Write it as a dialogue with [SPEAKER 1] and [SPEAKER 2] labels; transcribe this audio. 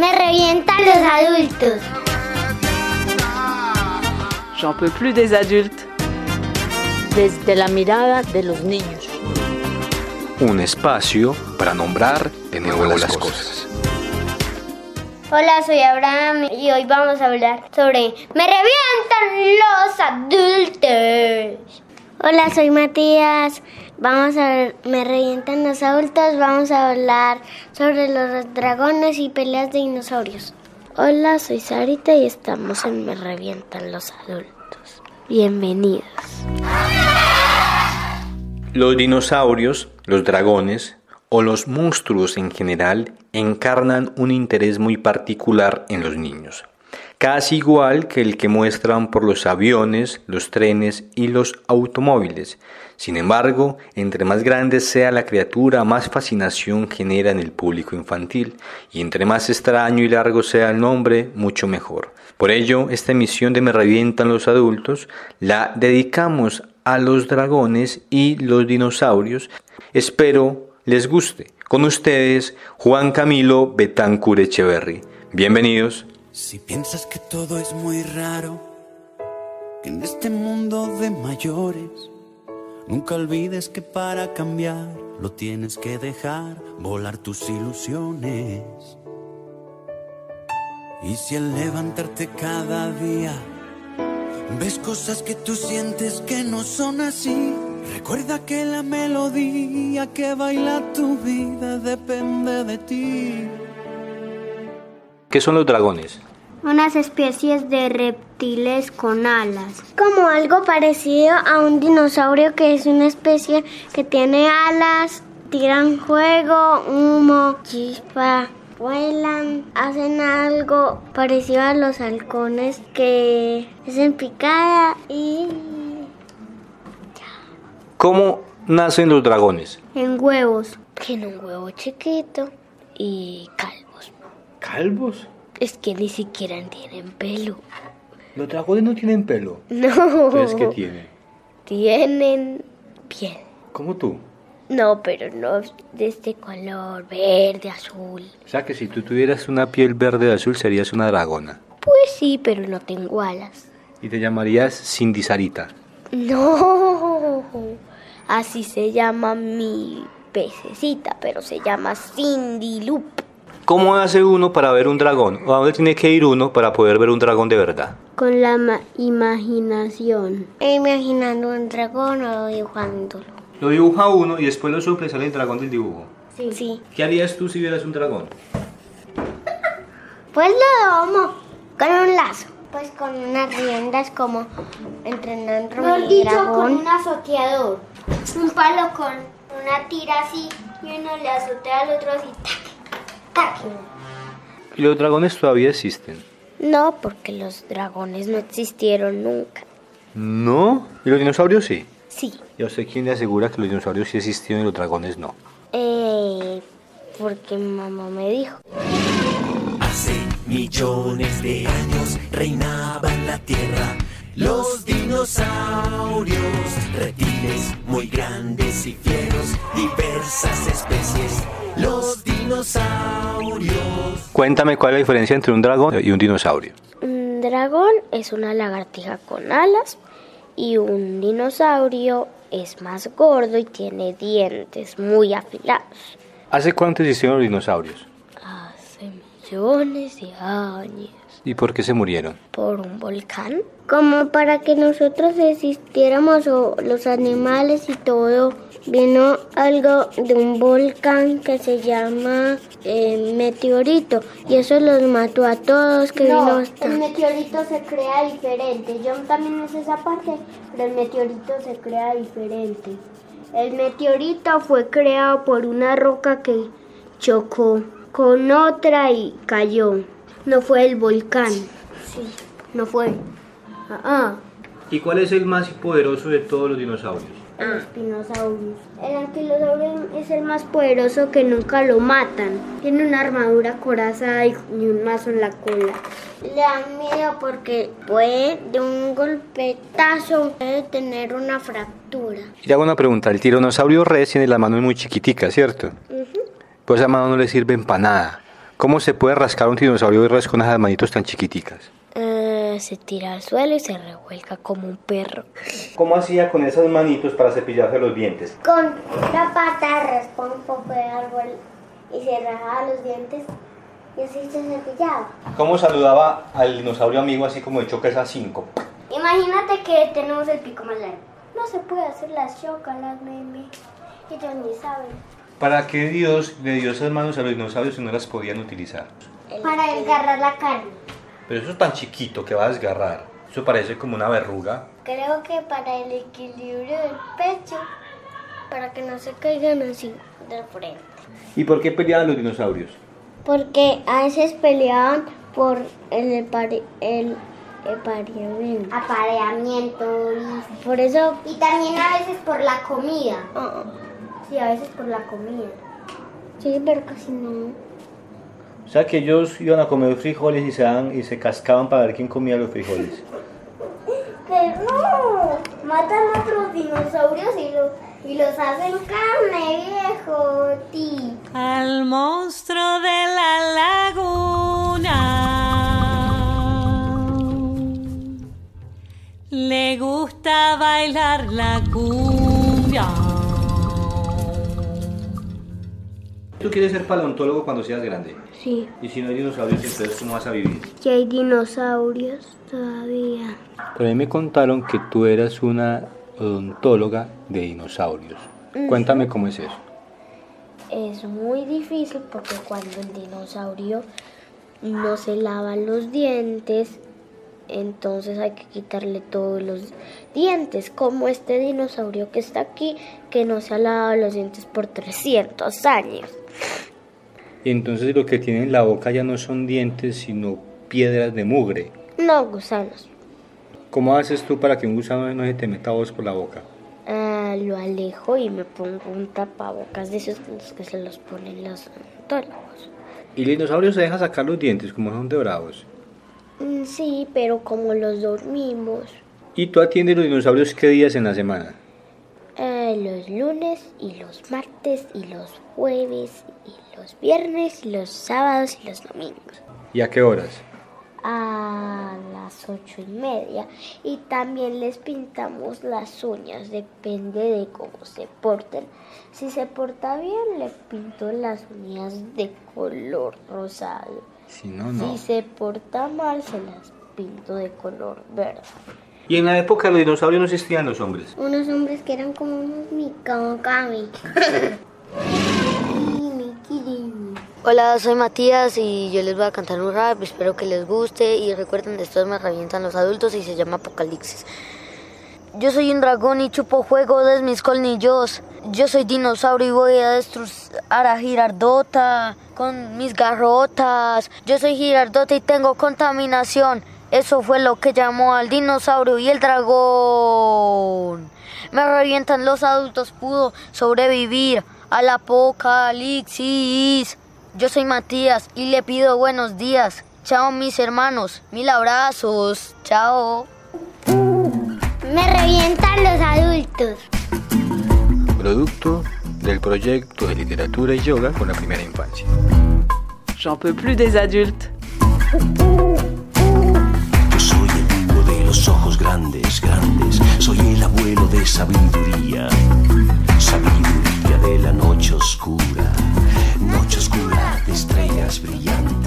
[SPEAKER 1] revienta a los adultos.
[SPEAKER 2] J'en peux plus des adultes.
[SPEAKER 3] desde la mirada de los niños.
[SPEAKER 4] Un espacio para nombrar de nuevo las cosas.
[SPEAKER 1] Hola, soy Abraham y hoy vamos a hablar sobre Me revientan los adultos. Hola, soy Matías. Vamos a ver, me revientan los adultos. Vamos a hablar sobre los dragones y peleas de dinosaurios. Hola, soy Sarita y estamos en Me revientan los adultos. Bienvenidos.
[SPEAKER 4] Los dinosaurios, los dragones o los monstruos en general encarnan un interés muy particular en los niños, casi igual que el que muestran por los aviones, los trenes y los automóviles. Sin embargo, entre más grande sea la criatura, más fascinación genera en el público infantil, y entre más extraño y largo sea el nombre, mucho mejor. Por ello, esta emisión de Me Revientan los Adultos la dedicamos a los dragones y los dinosaurios. Espero les guste. Con ustedes, Juan Camilo Betancur Echeverry. Bienvenidos.
[SPEAKER 5] Si piensas que todo es muy raro, que en este mundo de mayores, nunca olvides que para cambiar lo tienes que dejar volar tus ilusiones. Y si al levantarte cada día ves cosas que tú sientes que no son así, recuerda que la melodía que baila tu vida depende de ti.
[SPEAKER 4] ¿Qué son los dragones?
[SPEAKER 1] Unas especies de reptiles con alas. Como algo parecido a un dinosaurio que es una especie que tiene alas, tiran fuego, humo, chispa, vuelan, hacen algo parecido a los halcones que hacen picada y
[SPEAKER 4] ¿Cómo nacen los dragones?
[SPEAKER 1] en huevos. Tiene un huevo chiquito y calvos.
[SPEAKER 4] ¿Calvos?
[SPEAKER 1] Es que ni siquiera tienen pelo.
[SPEAKER 4] Los dragones no tienen pelo.
[SPEAKER 1] No.
[SPEAKER 4] ¿Ustedes qué tienen?
[SPEAKER 1] Tienen piel.
[SPEAKER 4] Como tú.
[SPEAKER 1] No, pero no de este color verde, azul.
[SPEAKER 4] O sea que si tú tuvieras una piel verde azul serías una dragona.
[SPEAKER 1] Pues sí, pero no tengo alas.
[SPEAKER 4] Y te llamarías Sindisarita.
[SPEAKER 1] No. Así se llama mi pececita, pero se llama Cindy Loop.
[SPEAKER 4] ¿Cómo hace uno para ver un dragón? ¿O a dónde tiene que ir uno para poder ver un dragón de verdad?
[SPEAKER 1] Con la imaginación. Imaginando un dragón o dibujándolo.
[SPEAKER 4] Lo dibuja uno y después lo suple y sale el dragón del dibujo.
[SPEAKER 1] Sí. sí.
[SPEAKER 4] ¿Qué harías tú si vieras un dragón?
[SPEAKER 1] Pues lo domo con un lazo. Pues con unas riendas como entrenando un dragón. con un azoteador. Un palo con una tira así y uno le azotea al otro así. ¡Tac! ¡Tac!
[SPEAKER 4] Y los dragones todavía existen.
[SPEAKER 1] No, porque los dragones no existieron nunca.
[SPEAKER 4] ¿No? ¿Y los dinosaurios sí?
[SPEAKER 1] Sí.
[SPEAKER 4] ¿Y a usted quién le asegura que los dinosaurios sí existieron y los dragones no?
[SPEAKER 1] Eh, porque mamá me dijo.
[SPEAKER 5] Hace millones de años reinaban la tierra los dinosaurios, reptiles muy grandes y fieros, diversas especies, los dinosaurios.
[SPEAKER 4] Cuéntame cuál es la diferencia entre un dragón y un dinosaurio.
[SPEAKER 1] Un Mm, dragón es una lagartija con alas y un dinosaurio es más gordo y tiene dientes muy afilados.
[SPEAKER 4] ¿Hace cuánto existieron los dinosaurios?
[SPEAKER 1] Hace millones de años.
[SPEAKER 4] ¿Y por qué se murieron?
[SPEAKER 1] ¿Por un volcán? Como para que nosotros existiéramos o los animales y todo, vino algo de un volcán que se llama eh, meteorito y eso los mató a todos que vino
[SPEAKER 6] No,
[SPEAKER 1] hasta...
[SPEAKER 6] el meteorito se crea diferente. Yo también sé esa parte, pero el meteorito se crea diferente.
[SPEAKER 1] El meteorito fue creado por una roca que chocó con otra y cayó. No fue el volcán. Sí, no fue. Ah, ah.
[SPEAKER 4] ¿Y cuál es el más poderoso de todos los dinosaurios?
[SPEAKER 1] El espinosaurus. El anquilosaurio es el más poderoso que nunca lo matan. Tiene una armadura coraza y y un mazo en la cola. Le dan miedo porque puede de un golpetazo puede tener una fractura.
[SPEAKER 4] Y le hago una pregunta. El tiranosaurio rex tiene las manos muy chiquiticas, ¿cierto? Pues a mano no le sirven para nada. ¿Cómo se puede rascar un dinosaurio de con esas manitos tan chiquiticas?
[SPEAKER 6] Eh, se tira al suelo y se revuelca como un perro.
[SPEAKER 4] ¿Cómo hacía con esas manitos para cepillarse los dientes?
[SPEAKER 1] Con la pata raspaba un poco de árbol y se rajaba los dientes y así se cepillaba.
[SPEAKER 4] ¿Cómo saludaba al dinosaurio amigo así como de choca esas cinco?
[SPEAKER 1] Imagínate que tenemos el pico más largo. No se puede hacer las chocas, las memes. Y ellos ni saben.
[SPEAKER 4] ¿Para qué Dios le dio esas manos a los dinosaurios si no las podían utilizar?
[SPEAKER 1] Para desgarrar la carne.
[SPEAKER 4] Pero eso es tan chiquito que va a desgarrar. Eso parece como una verruga.
[SPEAKER 1] Creo que para el equilibrio del pecho. Para que no se caigan así del frente.
[SPEAKER 4] ¿Y por qué peleaban los dinosaurios?
[SPEAKER 6] Porque a veces peleaban por el, el apareamiento.
[SPEAKER 1] Apareamiento y...
[SPEAKER 6] Por eso
[SPEAKER 1] Y también a veces por la comida. Sí, a veces por la comida.
[SPEAKER 6] Sí, pero casi no.
[SPEAKER 4] O sea que ellos iban a comer frijoles y se, daban- y se cascaban para ver quién comía los frijoles.
[SPEAKER 1] Pero no, matan otros dinosaurios y, lo- y los hacen carne, viejo, ti.
[SPEAKER 7] al monstruo de la laguna. Le gusta bailar la cumbia.
[SPEAKER 4] ¿Tú quieres ser paleontólogo cuando seas grande?
[SPEAKER 6] Sí.
[SPEAKER 4] Y si no hay dinosaurios, entonces ¿cómo vas a vivir?
[SPEAKER 6] Que hay dinosaurios todavía.
[SPEAKER 4] Por ahí me contaron que tú eras una odontóloga de dinosaurios. Cuéntame cómo es eso.
[SPEAKER 6] Es muy difícil porque cuando el dinosaurio no se lava los dientes, entonces hay que quitarle todos los dientes, como este dinosaurio que está aquí, que no se ha lavado los dientes por 300 años.
[SPEAKER 4] Y entonces lo que tiene en la boca ya no son dientes, sino piedras de mugre.
[SPEAKER 6] No, gusanos.
[SPEAKER 4] ¿Cómo haces tú para que un gusano no se te meta a vos por la boca?
[SPEAKER 6] Ah, lo alejo y me pongo un tapabocas de esos con los que se los ponen los odontólogos.
[SPEAKER 4] Y el dinosaurio se deja sacar los dientes, como son de bravos.
[SPEAKER 6] Mm, Sí, pero como los dormimos
[SPEAKER 4] ¿Y tú atiendes los dinosaurios qué días en la semana?
[SPEAKER 6] eh, los lunes y los martes y los jueves y los viernes y los sábados y los domingos
[SPEAKER 4] ¿Y a qué horas?
[SPEAKER 6] a las ocho y media y también les pintamos las uñas depende de cómo se porten si se porta bien le pinto las uñas de color rosado
[SPEAKER 4] Si no,
[SPEAKER 6] Si se porta mal, se las pinto de color verde.
[SPEAKER 4] Y en la época los dinosaurios no existían los hombres.
[SPEAKER 6] Unos hombres que eran como unos mikami.
[SPEAKER 8] Hola, soy Matías y yo les voy a cantar un rap, espero que les guste y recuerden, después me revientan los adultos y se llama Apocalipsis. Yo soy un dragón y chupo juego de mis colmillos. Yo soy dinosaurio y voy a destruir a Girardota con mis garrotas. Yo soy Girardota y tengo contaminación. Eso fue lo que llamó al dinosaurio y el dragón. Me revientan los adultos, pudo sobrevivir al apocalipsis. Yo soy Matías y le pido buenos días. Chao mis hermanos, mil abrazos. Chao.
[SPEAKER 1] Me revientan los adultos.
[SPEAKER 4] Producto del proyecto de literatura y yoga con la primera infancia.
[SPEAKER 2] J'en peux plus des adultes.
[SPEAKER 9] Yo soy el vivo de los ojos grandes, grandes. Soy el abuelo de sabiduría. Sabiduría de la noche oscura. Noche oscura de estrellas brillantes.